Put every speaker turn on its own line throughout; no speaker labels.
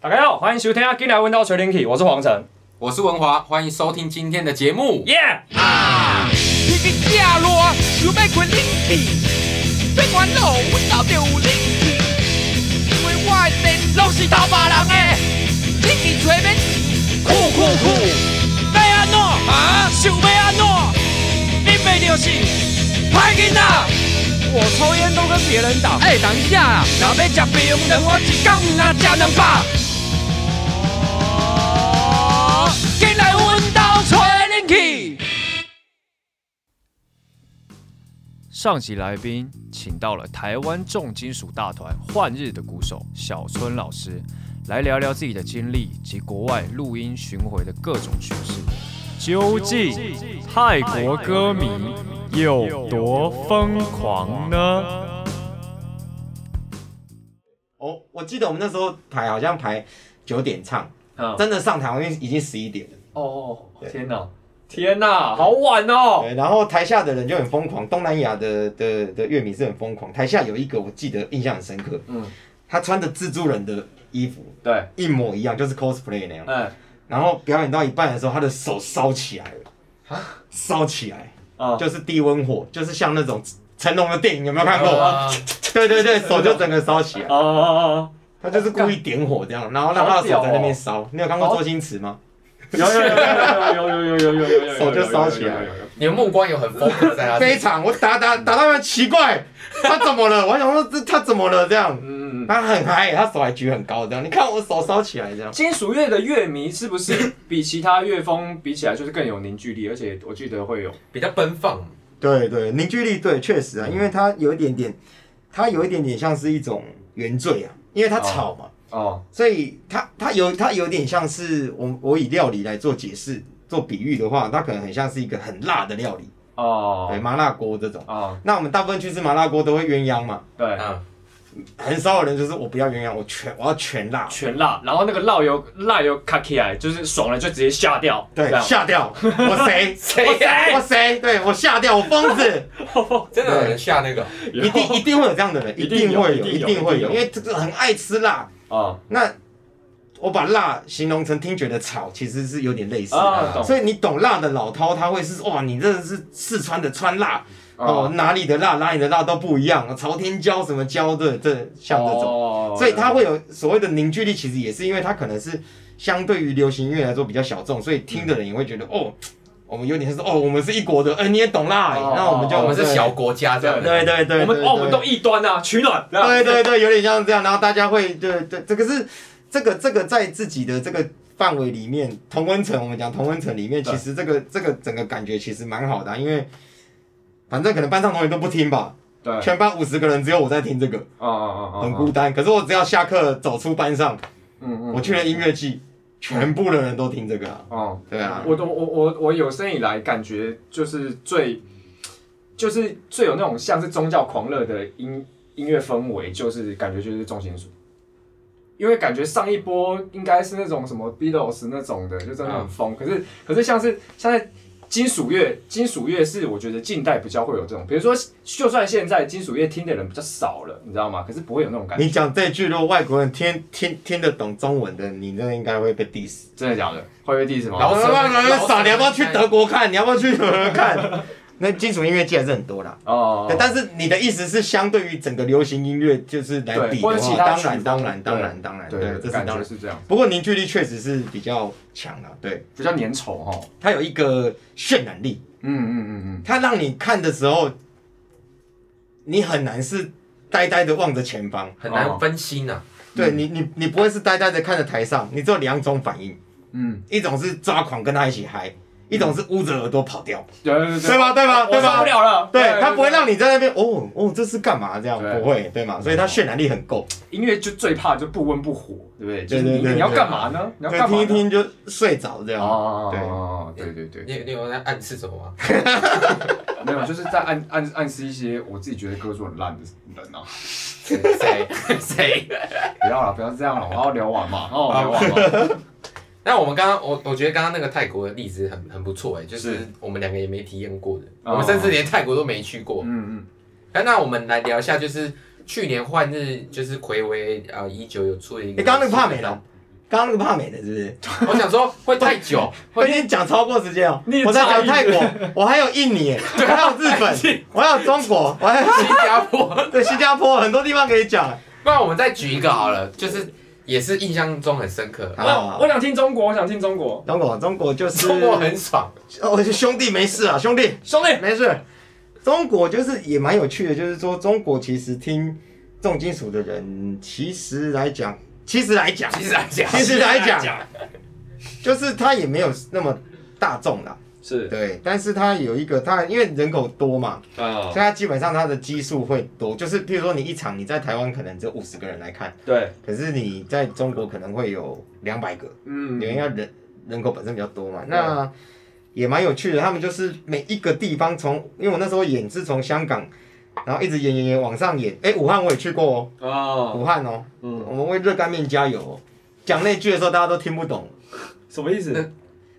大家好，欢迎收听《阿金来问到锤 Linky》，我是黄晨，
我是文华，欢迎收听今天的节目。
耶、
一个角落想要开冷气，别烦恼，阮家就有冷气，因为我的电拢是偷别人的，冷气吹免钱，酷酷酷，要安怎啊？想要安怎？你袂就是歹囡仔。我抽烟都跟别人打。哎、等一下啦，若要吃冰糖，我一天若吃两百。哦，进来阮家吹冷气。
上集来宾请到了台湾重金属大团幻日的鼓手小春老师，来聊聊自己的经历及国外录音巡回的各种趋势。究竟泰国歌迷有多疯狂呢？
哦，我记得我们那时候排好像排九点唱，
嗯
真的上台好像已经十一点了。
哦，
对
天哪，天哪，好晚哦！
对，然后台下的人就很疯狂，东南亚的的的乐迷是很疯狂。台下有一个我记得印象很深刻，
嗯，
他穿着蜘蛛人的衣服
对，
一模一样，就是 cosplay 那样。
嗯
然后表演到一半的时候，他的手烧起来了，烧起来，
啊，
就是低温火，就是像那种成龙的电影有没有看过？
呃
啊
对对对，手就整个烧起来，
哦，
他就是故意点火这样，然后让他的手在那边烧。你有看过周星驰吗？
有有有有有有有有有有有，
手就烧起来了。
你的目光有很丰富在那
非
边，
常，我打打打到他们奇怪，他怎么了？我还想说这他怎么了这样，
嗯。嗯嗯
他很嗨，他手还举很高这样，你看我手烧起来这样。
金属乐的乐迷是不 是比其他乐风比起来就是更有凝聚力？而且我记得会有，
比较奔放。
对对，凝聚力对，确实啊，因为他有一点点，他有一点点像是一种原罪啊，因为他吵嘛，
哦
所以他他有他有点像是我我以料理来做解释做比喻的话，它可能很像是一个很辣的料理，对，
哦
麻辣锅这种。
哦，
那我们大部分去吃麻辣锅都会鸳鸯嘛，
对，
嗯，
很少有人就是我不要鸳鸯，我全我要全辣，
全辣，然后那个辣油辣油卡起来，就是爽了就直接下掉，
对
这，样
吓掉我 谁
谁
我
呀
谁我谁，对我吓掉我 疯子，
真的有人下那个
一定一定会有这样的人，
一
一
定有
定会
一定有
一定会
一定有
有，因为这个很爱吃辣。
哦
那我把辣形容成听觉的炒，其实是有点类似的。
啊，懂
所以你懂辣的老饕，他会是哇，你真的是四川的川辣哦
哦，，
哪里的辣哪里的辣都不一样，朝天椒什么椒的这像这种，
种
所以它会有所谓的凝聚力，其实也是因为它可能是相对于流行音乐来说比较小众，所以听的人也会觉得、哦，我们有点是哦，我们是一国的，哎、你也懂啦，
哦
那我们就
我们是
对
小国家这样的，
对对对，
我们
对
哦，我们都异端啊，取暖，这样
对对对，有点像这样，然后大家会对对，这个是这个这个在自己的这个范围里面，同温层我们讲同温层里面，
对
其实这个这个整个感觉其实蛮好的啊、因为反正可能班上同学都不听吧，
对，哦
全班五十个人只有我在听这个，
哦哦，
很孤单。可是我只要下课走出班上，
嗯嗯，
我去了音乐季，全部的人都听这个啊，
哦，
对啊，
我我我我我有生以来感觉就是最，就是最有那种像是宗教狂热的音音乐氛围，就是感觉就是重金属，因为感觉上一波应该是那种什么 Beatles 那种的，就真的
嗯
很疯。可是可是像是像在金属乐，金属乐是我觉得近代比较会有这种，比如说就算现在金属乐听的人比较少了，你知道吗？可是不会有那种感觉，
你讲这句，如果外国人听听听得懂中文的，你真的应该会被 diss。
真的假的？会被 diss 吗？哦
老舍
外国人
老舍
少，你要不要去德国看？你要不要去德国看？那金属音乐界还是很多啦。
哦，
对，但是你的意思是，相对于整个流行音乐，就是来
对
比
或者
的
其
话，
他
当
曲
然，
风
当然，当
对
然，当然，对，这
对，
是
感
当
觉
然。
是这样，
不过凝聚力确实是比较强啊，对，
比较粘稠哈。
它有一个渲染力，
嗯嗯嗯
它让你看的时候，你很难是呆呆的望着前方，
很难分心啊呐。
对
嗯
你，你你不会是呆呆的看着台上，你只有两种反应，
嗯
一种是抓狂跟他一起嗨，一种是捂着耳朵跑掉，
嗯，对对
对吧？对吧？
我
对
受
吧
不？了了。
对他不会让你在那边哦哦，这是干嘛这样？
对嗯
不会，对吗？所以它渲染力很够，
音乐就最怕就不温不火，对不对？就是
对
你
对对
你要干嘛呢？你要
对
干，嘛
听
呢？
一听就睡着这样。
哦，对对对对，
你你有在暗示什么吗？
没有，就是在暗暗暗示一些我自己觉得歌手很烂的人啊。
谁 谁？
不要了，不要这样了，我要聊完嘛，哦，聊完 嘛。
那我们刚刚我我觉得刚刚那个泰国的例子很很不错哎，就是我们两个也没体验过的，
哦
我们甚至连泰国都没去过。
嗯嗯，
那那我们来聊一下，就是去年换日就是暌违呃已久有出了一个，
你刚刚那个帕美龙，刚刚那个帕美的是不是？
我想说会太久，
我已
会
经讲超过时间哦
你也，
我在
诧
讲
异
泰国，我还有印尼，我
啊
还有日本，我还有中国，我还有
新加坡。
对新加坡，很多地方可以讲。
不然我们再举一个好
嗯
了，就是也是印象中很深刻，
我我想听中国，我想听中国，
中国，中国就是
中国很爽，
哦，兄弟没事啊，兄弟
兄弟，
没事。中国就是也蛮有趣的，就是说中国其实听重金属的人，其实来讲，其实来讲，
其实来讲
其实来讲，就是他也没有那么大众啦。
是
对，但是他有一个，他因为人口多嘛，
啊
所以，他基本上他的基数会多。就是譬如说你一场你在台湾可能只有五十个人来看，
对，
可是你在中国可能会有两百个。
嗯
因为要人人口本身比较多嘛，那也蛮有趣的。他们就是每一个地方从，因为我那时候演是从香港，然后一直演演演往上演。哎、武汉我也去过哦，
哦，
武汉哦，
嗯，
我们为热干面加油、哦。讲那句的时候大家都听不懂。
什么意思？
嗯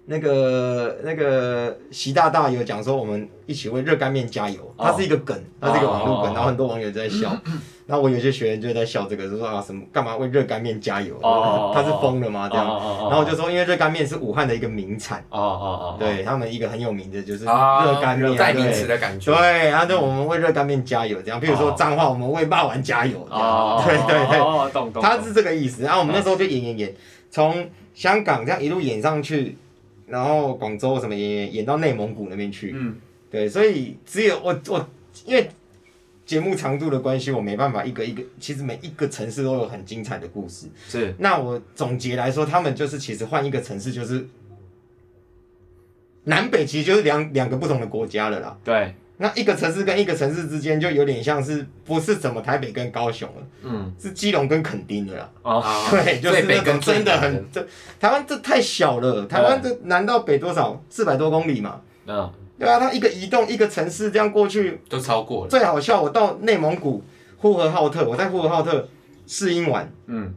那个那个习大大有讲说，我们一起为热干面加油，它是一个梗，它是一个网
哦
络
哦哦哦哦
梗，然后很多网友在笑。然后我有些学员就在笑这个，就说啊什么干嘛为热干面加油
哦哦哦？
他是疯了吗？这样，
哦哦哦哦
然后我就说，因为热干面是武汉的一个名产。
哦哦哦，
对他们一个很有名的就是
啊
热干面，
代名词
对，
的感觉。
对，然后就我们为热干面加油，这样，譬如说
哦
脏话，我们为霸王加油，这样，对对对，
哦，懂懂，
他是这个意思。然啊后我们那时候就演演演，从香港这样一路演上去，然后广州什么演演演到内蒙古那边去，
嗯，
对，所以只有我我因为节目长度的关系，我没办法一个一个，其实每一个城市都有很精彩的故事。
是
那我总结来说，他们就是其实换一个城市就是南北，其实就是两两个不同的国家了啦。
对，
那一个城市跟一个城市之间就有点像是不是怎么台北跟高雄了，
嗯，
是基隆跟垦丁了啦。
哦，
啊
对，就
最
是那
北
种
跟最
真的
南嗯
很这台湾这太小了，台湾这南到北多少？四百多公里嘛。
嗯，
对啊，它一个移动一个城市这样过去，
都超过了，
最好笑。我到内蒙古呼和浩特，我在呼和浩特试音完，
嗯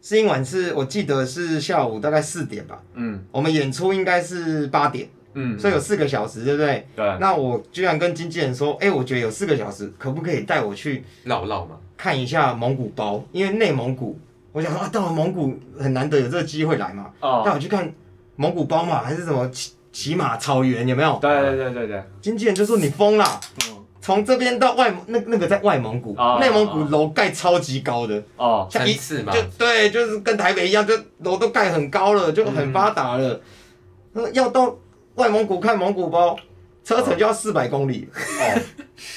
试音完是我记得是下午大概四点吧，
嗯
我们演出应该是八点，
嗯，
所以有四个小时，对不对？
嗯
对，
那我居然跟经纪人说，哎、我觉得有四个小时，可不可以带我去
绕绕嘛。
看一下蒙古包？因为内蒙古，我想说啊，到了蒙古很难得有这个机会来嘛，带
哦，
我去看蒙古包嘛，还是什么骑骑马草原有没有？
对对对对对，
经纪人就说你疯啦
嗯，
从这边到外蒙那那个在外蒙古，
哦
内蒙古楼盖超级高的，
哦，
像
层
一
次嘛
就，对，就是跟台北一样，就楼都盖很高了，就
嗯
很发达了。那要到外蒙古看蒙古包，车程
哦
就要四百公里。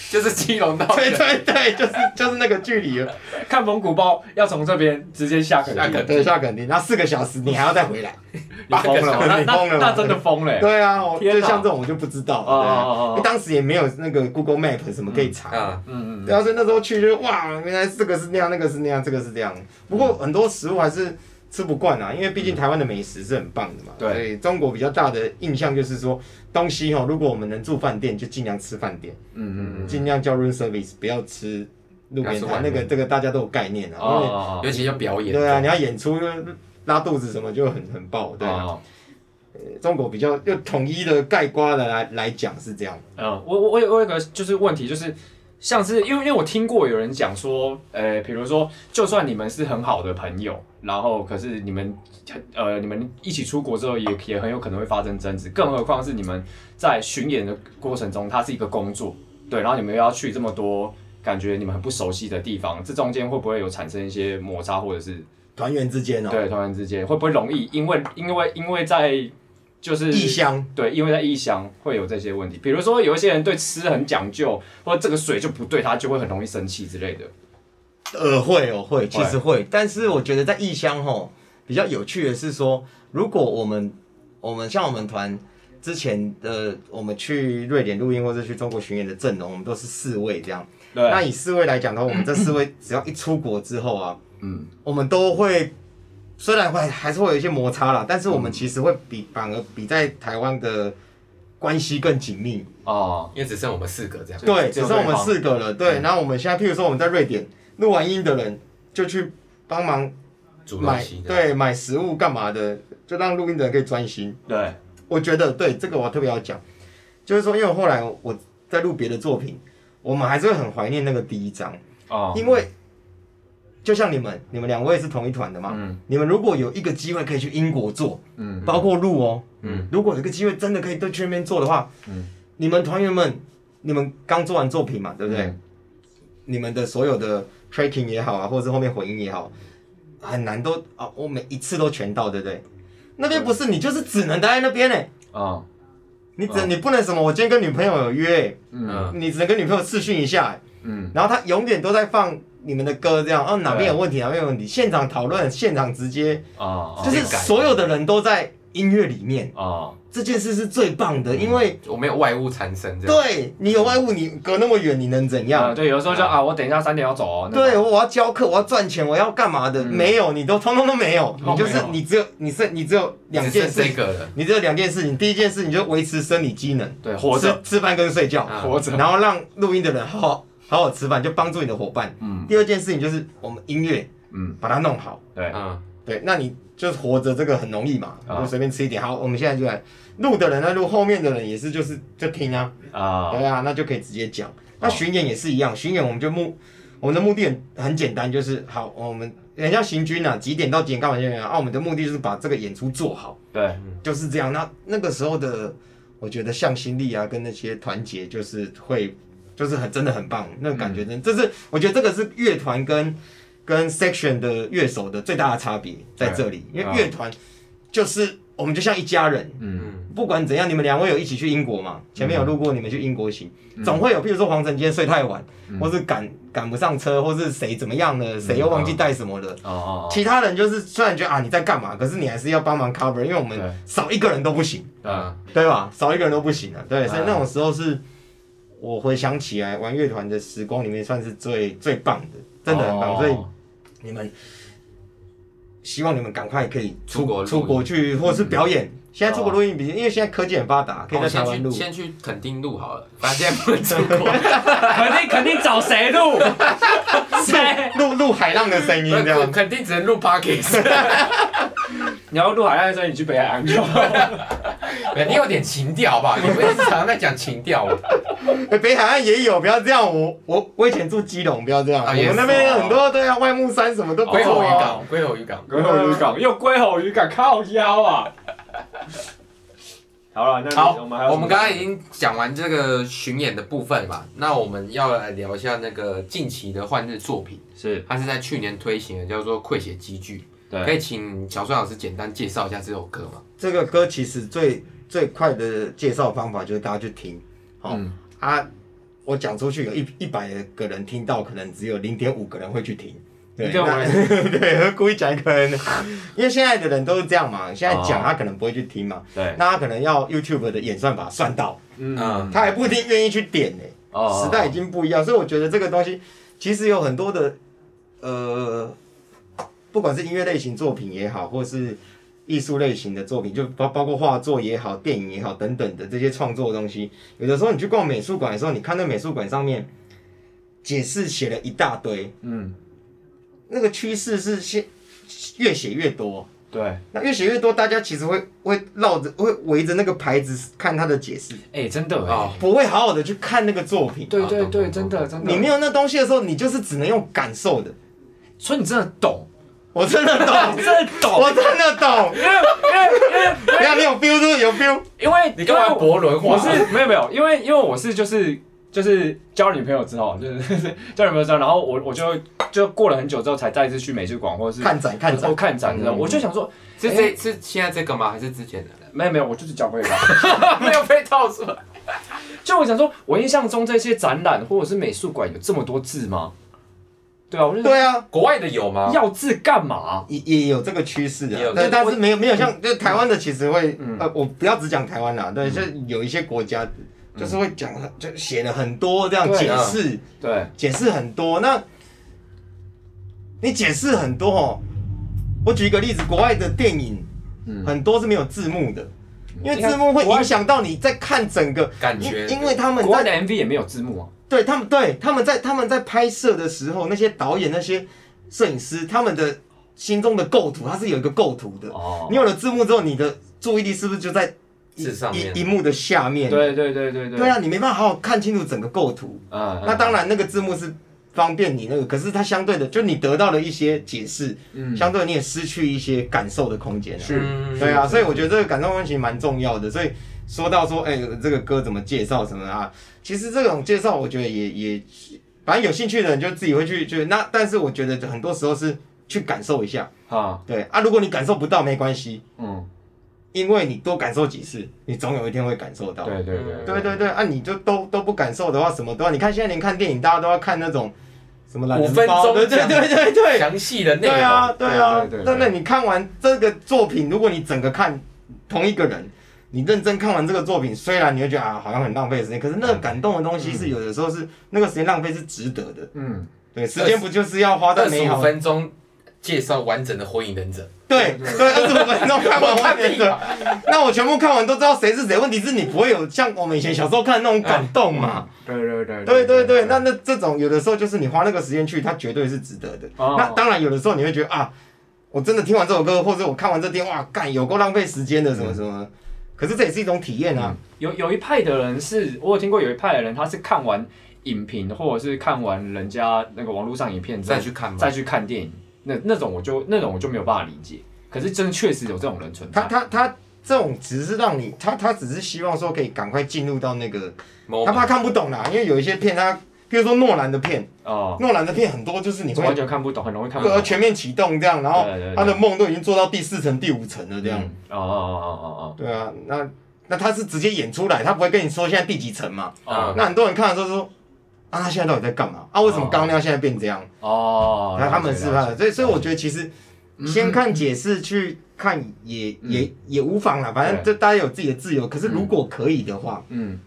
就是基隆到
对对对，就是就是那个距离 了。
看蒙古包要从这边直接下垦
下
丁，
个
对，下肯定，那四个小时你还要再回来，
你
八个
疯了
小
吗，
时，
哦那
你疯
那
了吗？
那真的疯了，
对啊，我
天
就
哪
像这种我就不知道，
哦
对
哦哦
啊
哦
因为当时也没有那个 Google Map 什么可以查。
啊，
嗯嗯
对啊，所以那时候去就是哇，原来这个是那样，那个是那样，这个是这样。不过很多食物还是吃不惯啊，因为毕竟台湾的美食是很棒的嘛。
对
所以中国比较大的印象就是说，东西哦，如果我们能住饭店，就尽量吃饭店，
嗯嗯嗯，
尽量叫 room service，不要吃路边
不要吃
摊。
外
那
面
个这个大家都有概念啊，因为、
哦
尤其要表演，
对啊，你要演出拉肚子什么就很很爆。对、啊，
哦，
中国比较就统一的盖瓜的来来讲是这样。
嗯，我我我有我有个就是问题就是。像是因为因为我听过有人讲说，呃，比如说，就算你们是很好的朋友，然后可是你们，呃，你们一起出国之后也也很有可能会发生争执，更何况是你们在巡演的过程中，它是一个工作，对，然后你们又要去这么多感觉你们很不熟悉的地方，这中间会不会有产生一些摩擦，或者是
团员之间哦，
对，团员之间会不会容易？因为因为因为在就是
异乡。
对，因为在异乡会有这些问题，比如说有一些人对吃很讲究，或者这个水就不对，他就会很容易生气之类的。
呃，会哦，会，其实会，但是我觉得在异乡吼，比较有趣的是说，如果我们我们像我们团之前呃，我们去瑞典录音或者去中国巡演的阵容，我们都是四位这样。那
对，
以四位来讲的话，我们这四位只要一出国之后啊，
嗯，
我们都会虽然会还是会有一些摩擦啦，但是我们其实会比反而比在台湾的关系更紧密。
哦，
因为只剩我们四个这样，
对，
只
只
有
剩我
对
们
方
四个了。对，然后我们现在，譬如说我们在瑞典录完音的人，就去帮忙
主东
买
西，这样，
对买食物干嘛的，就让录音的人可以专心。
对，
我觉得对这个我特别要讲，就是说，因为后来我在录别的作品，我们还是会很怀念那个第一章，
哦，
因为就像你们，你们两位是同一团的嘛？
嗯
你们如果有一个机会可以去英国做，
嗯
包括路哦，
嗯
如果有一个机会真的可以都去那边做的话，
嗯
你们团员们，你们刚做完作品嘛，对不对？
嗯
你们的所有的 tracking 也好啊，或者是后面混音也好，很难都啊，我每一次都全到，对不对？那边不是你，就是只能待在那边呢、欸
啊
你只、
哦
你不能什么，我今天跟女朋友有约、欸
嗯
你只能跟女朋友视讯一下、
嗯
然后他永远都在放你们的歌，这样，哦、哪边有问题，哪边有问题，现场讨论，现场直接，
啊
就是
直接改
所有的人都在音乐里面，
啊
这件事是最棒的，因为
我没有外物缠身这样。
对你有外物，你隔那么远，你能怎
啊
样？
对，有时候就啊，我等一下三点要走哦。那
对，我要教课，我要赚钱，我要干嘛的？
嗯
没有，你都通通都没有，
哦
你就是
没有
你只有你是你只有两件
只剩
事
这，个了，
你只有两件事情。第一件事，你就维持生理机能，
对，活
吃
着
吃饭跟睡觉，
啊
活着，
然后让录音的人好好好好吃饭，就帮助你的伙伴。
嗯
第二件事情就是我们音乐
嗯，
把它弄好，
对，
嗯，
对，那你就是活着这个很容易嘛，
啊
就随便吃一点。好，我们现在就来录的人在录，后面的人也是就是就听啊，
啊
对啊，那就可以直接讲。那巡演也是一样，巡演我们就目我们的目的很很简单，就是好，我们人家行军啊，几点到几点干嘛去啊？啊，我们的目的就是把这个演出做好，
对，
就是这样。那那个时候的，我觉得向心力啊，跟那些团结，就是会，就是很真的很棒，那个感觉真，这是我觉得这个是乐团跟跟 section 的乐手的最大的差别在这里，因
啊
为乐团就是我们就像一家人，
嗯
不管怎样，你们两位有一起去英国嘛？前面有路过你们去英国行，
嗯
总会有，譬如说黄晨今天睡太晚，或是赶赶不上车，或是谁怎么样了，谁又忘记带什么了。
哦嗯哦，
其他人就是虽然觉得啊你在干嘛，可是你还是要帮忙 cover，因为我们
对
少一个人都不行，
啊
嗯
对吧？少一个人都不行啊。对，所以
啊
那种时候是我回想起来玩乐团的时光里面算是最最棒的，真的很棒。
哦
所以你们希望你们赶快可以
出国录嗯
出国去，或者是表演。现在出国录音比，因为现在科技很发达，可
我
以在
们
台湾
先
录
去。先去垦丁录好了，反正现在不能出 国，
肯定肯定找谁录？谁？
录录海浪的声音这样
垦。垦丁只能录 podcast。
你要录海岸的时候，你去北海岸就好。
你有点情调好不 好？你们一直常常在讲情调哦。
哎北海岸也有，不要这样。我我我以前住基隆，不要这样。
啊
我
也是哦
们那边有很多对啊，外木山什么都
龟吼
有
渔
啊。
港，龟吼渔港，
龟吼渔港，又龟吼渔港，靠腰啊！好了，那你
好，
我们还有什么
我们刚刚已经讲完这个巡演的部分嘛，那我们要来聊一下那个近期的换日作品，
是
它是在去年推行的，叫做《溃血积聚》。
对
可以请小孙老师简单介绍一下这首歌吗？
这个歌其实最最快的介绍方法就是大家去听，好、
嗯
啊，我讲出去有一一百个人听到，可能只有零点五个人会去听。对，
你干嘛
那 对，故意讲一个人，因为现在的人都是这样嘛，现在讲
哦
他可能不会去听嘛，
对，
那他可能要 YouTube 的演算法算到，
嗯，
他还不一定愿意去点呢、
哦
时代已经不一样，所以我觉得这个东西其实有很多的，呃，不管是音乐类型作品也好，或是艺术类型的作品，就包包括画作也好、电影也好等等的这些创作的东西，有的时候你去逛美术馆的时候，你看那美术馆上面解释写了一大堆，
嗯，
那个趋势是现越写越多，
对，哎、
那越写越多，大家其实会会绕着会围着那个牌子看它的解释，
真的哎、
哦，
不会好好的去看那个作品。
对
好
对
懂
对，
懂
真的真的，
你没有那东西的时候，你就是只能用感受的。
所以你真的懂，
我真的 懂，
真的懂，
我真的 懂。
因为因为
你看，你有 feel 是不是有 feel？
因为
你干嘛
因为
博轮
我
话？
我是没有没有，因为因为我是就是就是交女朋友之后，就是 交女朋友之后，然后我我就就过了很久之后才再一次去美术馆或者是
看展看
哦
展，
看展之后，我就想说，
是这是现在这个吗？还是之前的？
没有没有，我就是交朋友。
没有被套出来。
就我想说，我印象中这些展览或者是美术馆有这么多字吗？对啊，我就想
对啊，
国外的有吗？
要字干嘛？
也也有这个趋势
也有
啊。但但
我
是没有嗯没有像就台湾的其实会
嗯
呃，我不要只讲台湾啦，对，就是有一些国家就是会讲就写了很多这样
对
解
啊
释，
对，
解释很多。那你解释很多哦，我举一个例子，国外的电影
嗯
很多是没有字幕的。因为字幕会影响到你在看整个
感觉
因因为他们
国外
在
的 MV 也没有字幕啊。
对他们对他们在他们在拍摄的时候，那些导演、那些摄影师，他们的心中的构图，它是有一个构图的。
哦
你，有了字幕之后，你的注意力是不是就在一
字上面
一一幕的下面？啊
对对对对对。
对啊，你没办法好好看清楚整个构图。
嗯，嗯
那当然，那个字幕是方便你那个，可是它相对的，就你得到了一些解释，
嗯
相对你也失去一些感受的空间、啊。
是
嗯
对啊，所以我觉得这个感动关系蛮重要的。所以说到说，哎、这个歌怎么介绍什么啊？其实这种介绍，我觉得也也，反正有兴趣的人就自己会去，就是那，但是我觉得很多时候是去感受一下。
啊，
对啊，如果你感受不到没关系，
嗯，
因为你多感受几次，你总有一天会感受到。
对对对，
对对对，啊，你就都都不感受的话，什么都要。你看现在连看电影，大家都要看那种什么懒人
五分
包
钟
对对对对对，
详细的内
对
容。
啊，对啊
对对对，
真的，你看完这个作品，如果你整个看同一个人，你认真看完这个作品，虽然你会觉得啊，好像很浪费时间，可是那个感动的东西是有的时候是那个时间浪费是值得的。
嗯，
对，时间不就是要花在
二十
美
五
好？
分钟介绍完整的《火影忍者》，
对对，二十五分钟看完
我
我
看
觉得，那我全部看完都知道谁是谁。问题是你不会有像我们以前小时候看的那种感动嘛？
对对对，嗯
对对对，那那这种有的时候就是你花那个时间去，它绝对是值得的。
哦
那当然，有的时候你会觉得啊，我真的听完这首歌，或者我看完这电影，哇，干有够浪费时间的，
嗯
什么什么。可是这也是一种体验啊。
有有一派的人是，我有听过有一派的人，他是看完影评或者是看完人家那个网络上影片之后
再去看吧
再。去看电影，那那种我就那种我就没有办法理解。可是真的确实有这种人存
他
在，
他他这种只是让你，他他只是希望说可以赶快进入到那个，他
Moment
怕看不懂啦，因为有一些片他，比如说诺兰的片，
哦，
诺兰的片很多就是你
完
会
全看不懂，很容易看不
呃
懂。
全面启动这样，然后
对对对
他的梦都已经做到第四层、第五层了这样。
嗯哦哦哦哦
对啊，那那他是直接演出来，他不会跟你说现在第几层嘛？
哦哦
那很多人看的时候说，啊，他现在到底在干嘛？啊，为什么刚刚那样现在变这样？
哦，
那他们
了解嗯
是吧？所以所以我
了解
觉得其实先看解释去看也
嗯
也也无妨啦，反正这大家有自己的自由。可是如果可以的话，
嗯，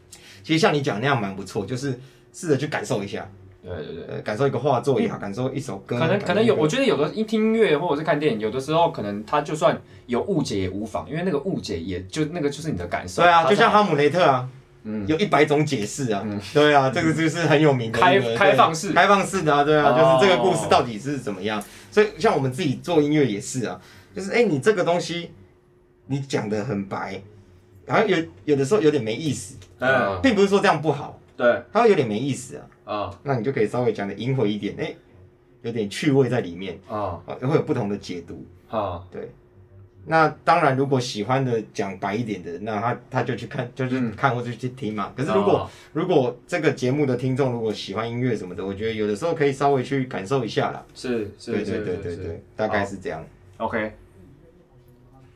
其实像你讲那样蛮不错，就是试着去感受一下，
对对对。
呃，感受一个画作也好，感受一首歌，
可能
感受
可能有，
一个
我觉得有的一听音乐或者是看电影，有的时候可能他就算有误解也无妨，因为那个误解也就那个就是你的感受。
对啊，就像
他
哈姆雷特啊，
嗯
有一百种解释啊，对啊，这个就是很有名的
开
一个
开放式
对开放式的啊，对啊，
哦
就是这个故事到底是怎么样？所以像我们自己做音乐也是啊，就是哎、你这个东西你讲的很白，然后有有的时候有点没意思，
嗯
并不是说这样不好，
对
它会有点没意思啊，
啊
那你就可以稍微讲的隐晦一点，哎、有点趣味在里面
啊
啊，会有不同的解读。
啊
对，那当然，如果喜欢的讲白一点的，那他他就去看，就是
嗯
看或者去听嘛。可是如果、
哦
如果这个节目的听众如果喜欢音乐什么的，我觉得有的时候可以稍微去感受一下啦。
是是
对
是
对对
是
对
是
对，大概是这样。
OK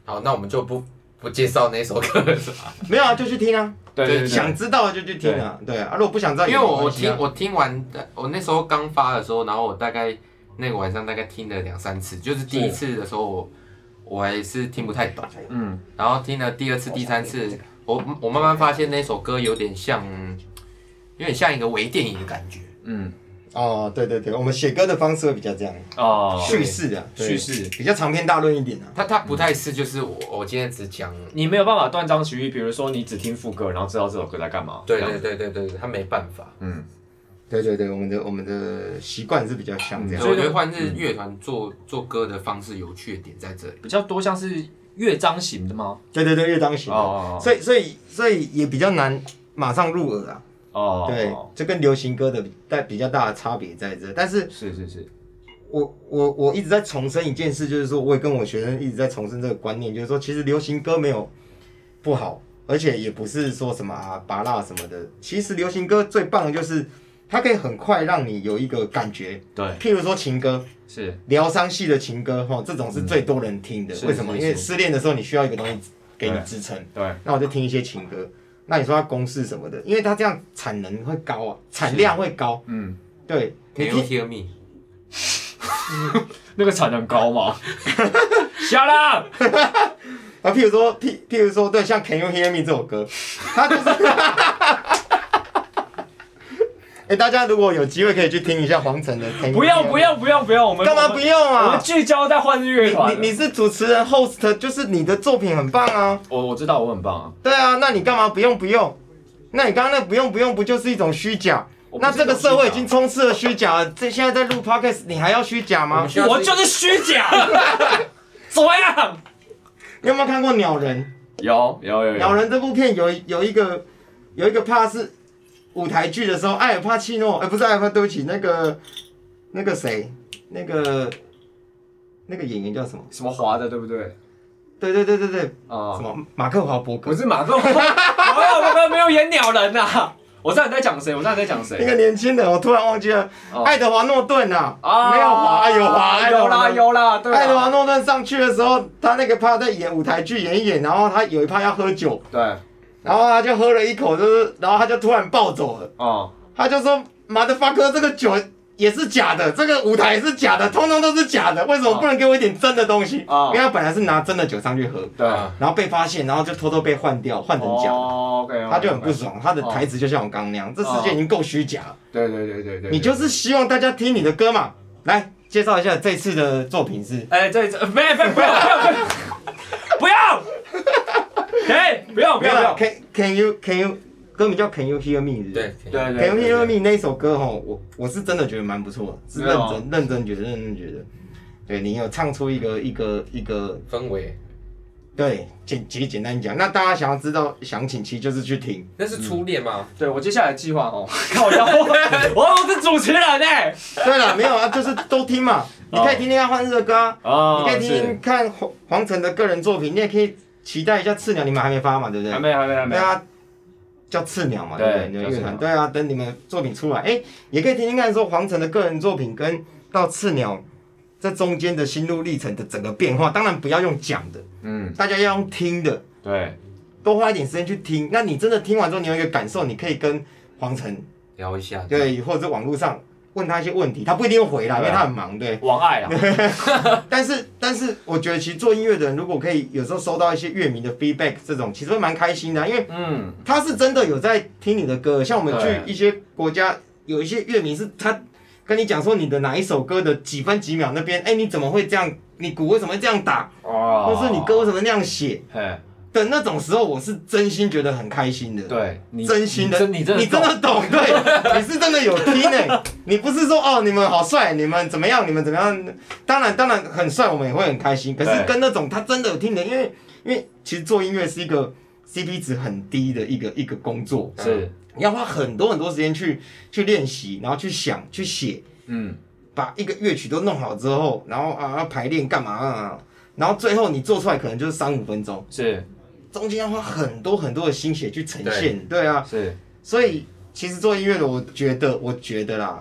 好，那我们就不不介绍那首歌了，
没有啊，就去听啊，
对对对对
想知道的就去听啊。对啊，如果不想知 道
因
也
为
没
我我
关 系啊，
听我听完，我那时候刚发的时候，然后我大概那个晚上大概听了两三次，就是第一次的时候我我还是听不太懂，
嗯
然后听了第二次、第三次，我我慢慢发现那首歌有点像，有点像一个微电影的感觉。
嗯
哦，对对对，我们写歌的方式会比较这样，
哦，
叙事啊，对
叙事
比较长篇大论一点啊。
它它不太是就是我我今天只讲，
你没有办法断章取义，比如说你只听副歌，然后知道这首歌在干嘛。
对
这
对
样
对对对，对它没办法。
嗯
对对对，我们的我们的习惯是比较像
对
这样。
所以
我觉得换日乐团做做歌的方式有趣的点在这里。
比较多像是乐章型的吗？
对对对，乐章型的。
哦
所以所以所以也比较难马上入耳啊。
哦，
对，这跟流行歌的带比较大的差别在这。但是
是是是，
我我我一直在重申一件事，就是说我也跟我学生一直在重申这个观念，就是说其实流行歌没有不好，而且也不是说什么啊拔蜡什么的。其实流行歌最棒的就是它可以很快让你有一个感觉，
对
譬如说情歌。
是
疗伤系的情歌，哈，这种是最多人听的。
嗯是
为什么？
是
因为
是
失恋的时候，你需要一个东西给你
对
支撑。
对
那我就听一些情歌。那你说它公式什么的，因为它这样产能会高啊，产量会高。
嗯，
对，
Can
你
you
听
hear me？
那个产能高吗？瞎啦，
啊，譬如说，譬譬如说，对，像《Can You Hear Me》这首歌，它就是。 哎、大家如果有机会可以去听一下黄晨的《Can You
不
Hear
要
Me
不，要不要不要，我们
干嘛
我们
不用
我们
啊？
聚焦在换日乐团。
你你是主持人 host，就是你的作品很棒啊。
我我知道我很棒啊，
对啊，那你干嘛不用不用？那你刚刚那不用不用不就是一种虚假？
我不
那
是
这个
有虚
社会已
假
经充斥了虚假了，这现在在录 podcast，你还要虚假
我
吗
们？需要
我就是虚假，怎么样？
你有没有看过《鸟人》？
有有有
《鸟
有，
人》这部片有有一个呃有一个怕是舞台剧的时候，艾尔帕契诺，哎、不是艾尔帕，对不起，那个那个谁，那个那个演员叫什么？
什么华的，对不对？
对对对对对，
啊、
什么马克华伯格
不？是马克龙，马克龙没有演鸟人呐、我知道你在讲谁，我知道你在讲
那
谁。
个年轻人，我突然忘记了，
哦
爱德华诺顿啊，
啊，
没有华有华，爱德
有
华
啦
诺
有啦，对啊
爱德华
啦，
诺顿上去的时候，他那个趴在演舞台剧演一演，然后他有一趴要喝酒，
对，
然后他就喝了一口，就是然后他就突然暴走了，
哦，
他就说妈的 fuck，这个酒也是假的，这个舞台也是假的，通通都是假的，为什么不能给我一点真的东西？
哦
因为他本来是拿真的酒上去喝，
对，
啊
然后被发现，然后就偷偷被换掉，换成假的。
哦，OK，哦
他就很不，爽，他的台词就像我刚刚那样，这世界已经够虚假了。
对对对对对对，
你就是希望大家听你的歌嘛。来介绍一下这次的作品是
哎，这这没没不要不要不要，哎，不 要不要不要，
Can Can you Can you 歌名叫 Can you hear me？是不是
对，
对对
，Can you
对
hear
对
me 那一首歌哈，我我是真的觉得蛮不错的，是
真的
认
哦
真认真觉得认真觉得。对你有唱出一个一个一个，
氛围，
对简其实简单讲，那大家想要知道详情，其实就是去听。
那是初恋吗？
对我接下来计划哦， 靠腰， 我我是主持人哎，
对了，没有啊，就是都听嘛，你可以听听看换日的歌啊，
哦
你可以听听看黄黄晨的个人作品，你也可以期待一下次鸟，你们还没发嘛，对不对
还？没还没还没
对，啊，叫次鸟嘛，
对
对不对？你们乐团对啊，等你们作品出来，哎，也可以听听看说黄晨的个人作品跟到次鸟这中间的心路历程的整个变化。当然不要用讲的，
嗯，
大家要用听的，
对，
多花一点时间去听。那你真的听完之后，你有一个感受，你可以跟黄晨
聊一下，，
对，或者是网络上问他一些问题，他不一定会回啦，因
对啊
为他很忙，对。
王爱 啊，
但是，但是我觉得其实做音乐的人，如果可以有时候收到一些乐迷的 feedback，这种其实会蛮开心的啊、因为
嗯，
他是真的有在听你的歌，像我们
对
去一些国家，有一些乐迷是他跟你讲说你的哪一首歌的几分几秒那边，哎、你怎么会这样？你鼓为什么会这样打？
哦
或是你歌为什么那样写？
嘿，
的那种时候，我是真心觉得很开心的。。
对，你
真心的，
真你真的
你真的懂， 对，你是真的有听诶、你不是说哦，你们好帅，你们怎么样，你们怎么样？当然，当然很帅，我们也会很开心。可是
对
跟那种他真的有听的，因为因为其实做音乐是一个 CP 值很低的一个一个工作，
是，
你要花很多很多时间去去练习，然后去想、去写，
嗯，
把一个乐曲都弄好之后，然后啊要排练干嘛啊？然后最后你做出来可能就是三五分钟，
是
中间要花很多很多的心血去呈现，对啊，
是，
所以其实做音乐的，我觉得，我觉得啦，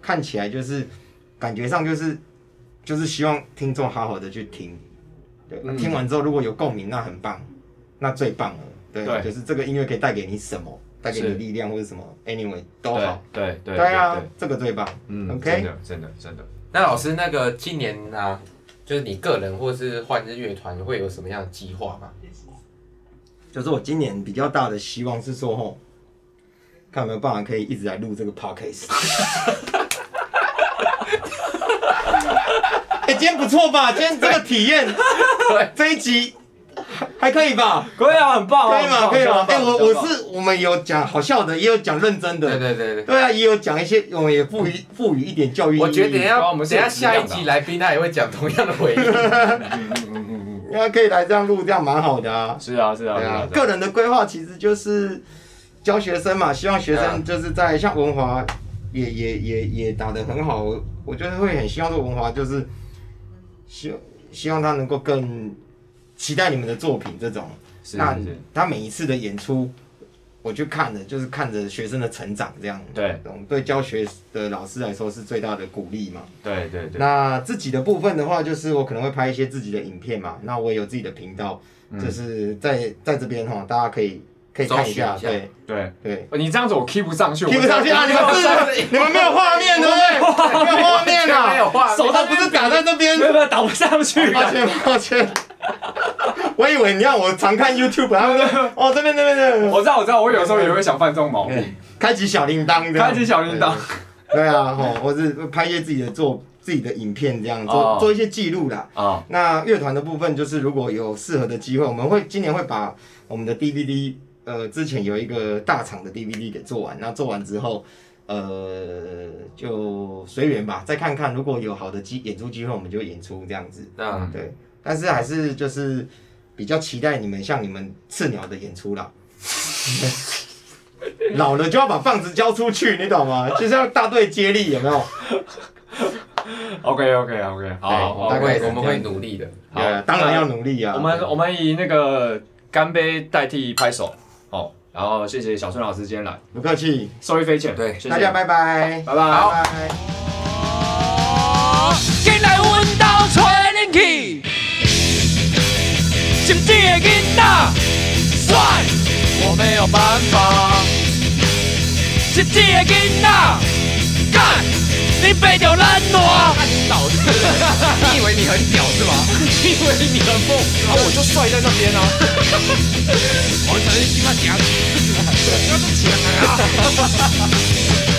看起来就是感觉上就是就是希望听众好好的去听，对，
嗯
听完之后如果有共鸣，那很棒，那最棒了，对，
对
就是这个音乐可以带给你什么，带给你
是
力量或者什么，anyway 都
对
好，
对对
啊，这个最棒，
嗯
OK
真的真的真的，
那老师，那个今年啊，就是你个人或是换日乐团会有什么样的计划吗？
就是我今年比较大的希望是说，吼，看有没有办法可以一直来录这个 podcast。哎、今天不错吧？今天这个体验，这一集还还可以吧？
可以啊，很
哦
棒
可以吗？可以吗？哎、我我
是
是我们有讲好笑的，也有讲认真
对
的，
对对对。
对啊，也有讲一些，我们也赋予赋予一点教育意义。
我觉得等一
然
下，
后我
等
们
一
是有
下下一
质
集
量
来宾他也会讲同样的回忆。
大家可以来这样录，这样蛮好的啊。
是啊是啊
对
是
啊
啊，，
个人的规划其实就是教学生嘛，希望学生
啊
就是在像文华也也也也打得很好，我我觉得会很希望说文华就是希希望他能够更期待你们的作品这种。
是啊
那
是是
他每一次的演出，我去看的就是看着学生的成长这样，
对
这种对教学的老师来说是最大的鼓励嘛。
对对对，
那自己的部分的话，就是我可能会拍一些自己的影片嘛。那我也有自己的频道，就是在在这边哈，大家可以可以看一下，
搜寻一
对
对，
对。
哦你这样子我 keep 不上去，
听不上 去啊！你们是你们没有画面，对不对？没有画面啊！
没有画面
手他不是打在这边
没，有没有打不上去啊，
抱歉抱歉。我以为你让我常看 YouTube，然后说哦这边这边这边
我知道我知道，我有时候也会想犯这种毛
对
病，，
开启小铃铛这样，
哎开启小铃铛，
对啊，吼，或是拍一些自己的作自己的影片这样做
哦
做一些记录啦。
啊，
那乐团的部分，就是如果有适合的机会，我们会今年会把我们的 DVD，呃，之前有一个大厂的 DVD 给做完。那做完之后，呃，就随缘吧，再看看如果有好的机演出机会，我们就演出这样子。
那
对，但是还是就是比较期待你们像你们赤鸟的演出啦。 老了就要把棒子交出去，你懂吗？就像大队接力有没有？
OK OK OK，好，
我
我
们
大概
会
是
我们
这
会
样
努力的。
好
呀当然要努力啊。
我们我们以那个干杯代替拍手，好，然后谢谢小春老师今天来，
不客气，
受益匪浅，
对
谢谢
大家拜拜，
拜拜。
拜拜。
紧哦来阮兜找恁去，心机的囡仔，帅，我没有办法。心机的囡仔，干，你背着咱啊烂。
你以为你很屌是吗？你以为你很梦？
啊，我就帅在那边啊。
我才是鸡巴强，不要都强啊！